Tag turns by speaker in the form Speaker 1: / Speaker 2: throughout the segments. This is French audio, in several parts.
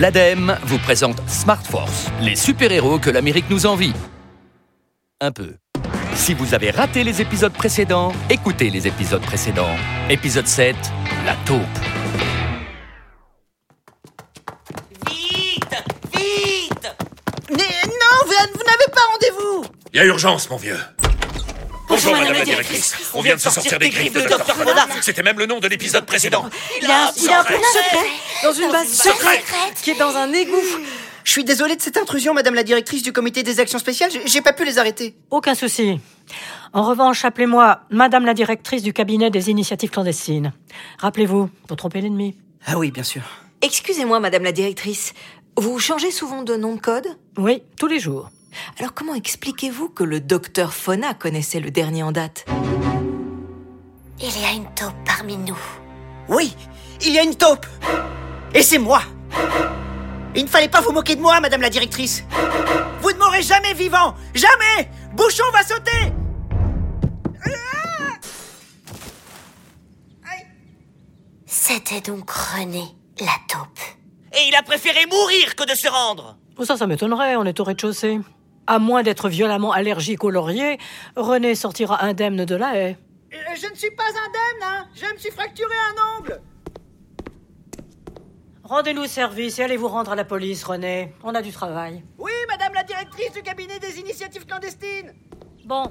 Speaker 1: L'ADEME E vous présente Smart Force, les super-héros que l'Amérique nous envie. Un peu. Si vous avez raté les épisodes précédents, écoutez les épisodes précédents. Épisode 7, la taupe.
Speaker 2: Vite Vite
Speaker 3: Mais non, vous, vous n'avez pas rendez-vous
Speaker 4: Il y a urgence, mon vieux. Bonjour, madame la directrice. On vient de se sortir des griffes de Dr. Fodor. C'était même le nom de l'épisode précédent.
Speaker 3: Il a, un- il a un
Speaker 4: Secret.
Speaker 3: plan Ah, secret dans une base
Speaker 4: Secret.
Speaker 3: qui est dans un égout.
Speaker 5: Je suis désolée de cette intrusion, madame la directrice du comité des actions spéciales. J'ai- J'ai pas pu les arrêter.
Speaker 6: Aucun souci. En revanche, appelez-moi Madame la directrice du cabinet des initiatives clandestines. Rappelez-vous, pour tromper l'ennemi.
Speaker 5: Ah oui, bien sûr.
Speaker 2: Excusez-moi, madame la directrice. Vous changez souvent de nom de code
Speaker 6: Oui, tous les jours.
Speaker 2: Alors comment expliquez-vous que le docteur Fona connaissait le dernier en date
Speaker 7: Il y a une taupe parmi nous.
Speaker 5: Oui, il y a une taupe. Et c'est moi. Il ne fallait pas vous moquer de moi, madame la directrice. Vous ne mourrez jamais vivant. Jamais. Bouchon va sauter. Ah
Speaker 7: C'était donc René, la taupe.
Speaker 8: Et il a préféré mourir que de se rendre
Speaker 6: Oh, Ça, ça m'étonnerait, on est au rez-de-chaussée. À moins d'être violemment allergique au laurier, René sortira indemne de la haie.
Speaker 5: Euh, je ne suis pas indemne, hein. Je me suis fracturé un ongle.
Speaker 6: Rendez-nous service et allez vous rendre à la police, René. On a du travail.
Speaker 5: Oui, madame la directrice du cabinet des initiatives clandestines.
Speaker 6: Bon.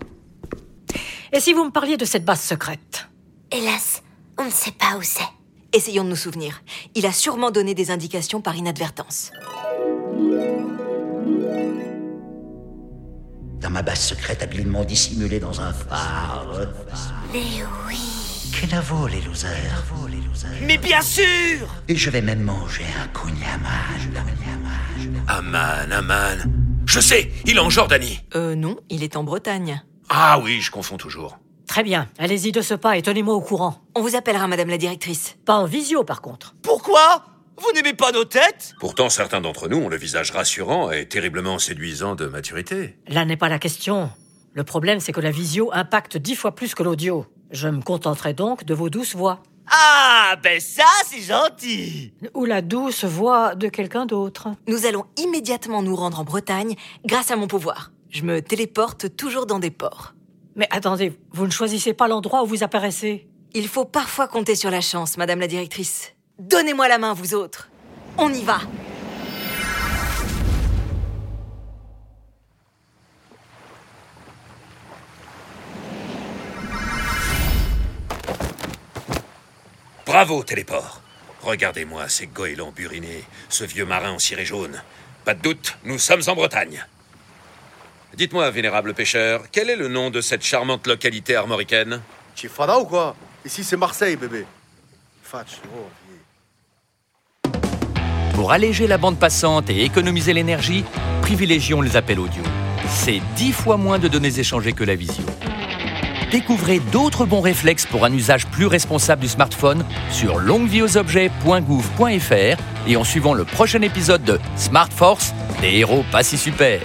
Speaker 6: Et si vous me parliez de cette base secrète
Speaker 7: Hélas, on ne sait pas où c'est.
Speaker 2: Essayons de nous souvenir. Il a sûrement donné des indications par inadvertance.
Speaker 9: Dans ma base secrète habilement dissimulée dans un phare.
Speaker 7: Mais oui,
Speaker 9: Kenavo, les losers.
Speaker 8: Mais bien sûr
Speaker 9: Et je vais même manger un kunyaman.
Speaker 4: Aman, Aman. Je sais, il est en Jordanie.
Speaker 2: Euh non, il est en Bretagne.
Speaker 4: Ah oui, je confonds toujours.
Speaker 6: Très bien, allez-y de ce pas et tenez-moi au courant.
Speaker 2: On vous appellera, madame la directrice.
Speaker 6: Pas en visio, par contre.
Speaker 8: Pourquoi Vous n'aimez pas nos têtes
Speaker 4: Pourtant, certains d'entre nous ont le visage rassurant et terriblement séduisant de maturité.
Speaker 6: Là n'est pas la question. Le problème, c'est que la visio impacte dix fois plus que l'audio. Je me contenterai donc de vos douces voix.
Speaker 8: Ah, ben ça, c'est gentil
Speaker 6: Ou la douce voix de quelqu'un d'autre.
Speaker 2: Nous allons immédiatement nous rendre en Bretagne grâce à mon pouvoir. Je me téléporte toujours dans des ports.
Speaker 6: Mais attendez, vous ne choisissez pas l'endroit où vous apparaissez.
Speaker 2: Il faut parfois compter sur la chance, madame la directrice. Donnez-moi la main, vous autres. On y va.
Speaker 4: Bravo, téléport. Regardez-moi ces goélands burinés, ce vieux marin en ciré jaune. Pas de doute, nous sommes en Bretagne. Dites-moi, vénérable pêcheur, quel est le nom de cette charmante localité armoricaine
Speaker 10: Tu es fada ou quoi Ici, c'est Marseille, bébé. Fatch, oh,
Speaker 1: Pour alléger la bande passante et économiser l'énergie, privilégions les appels audio. C'est 10 fois moins de données échangées que la visio. Découvrez d'autres bons réflexes pour un usage plus responsable du smartphone sur longuevieauxobjets.gouv.fr et en suivant le prochain épisode de Smart Force, des héros pas si super.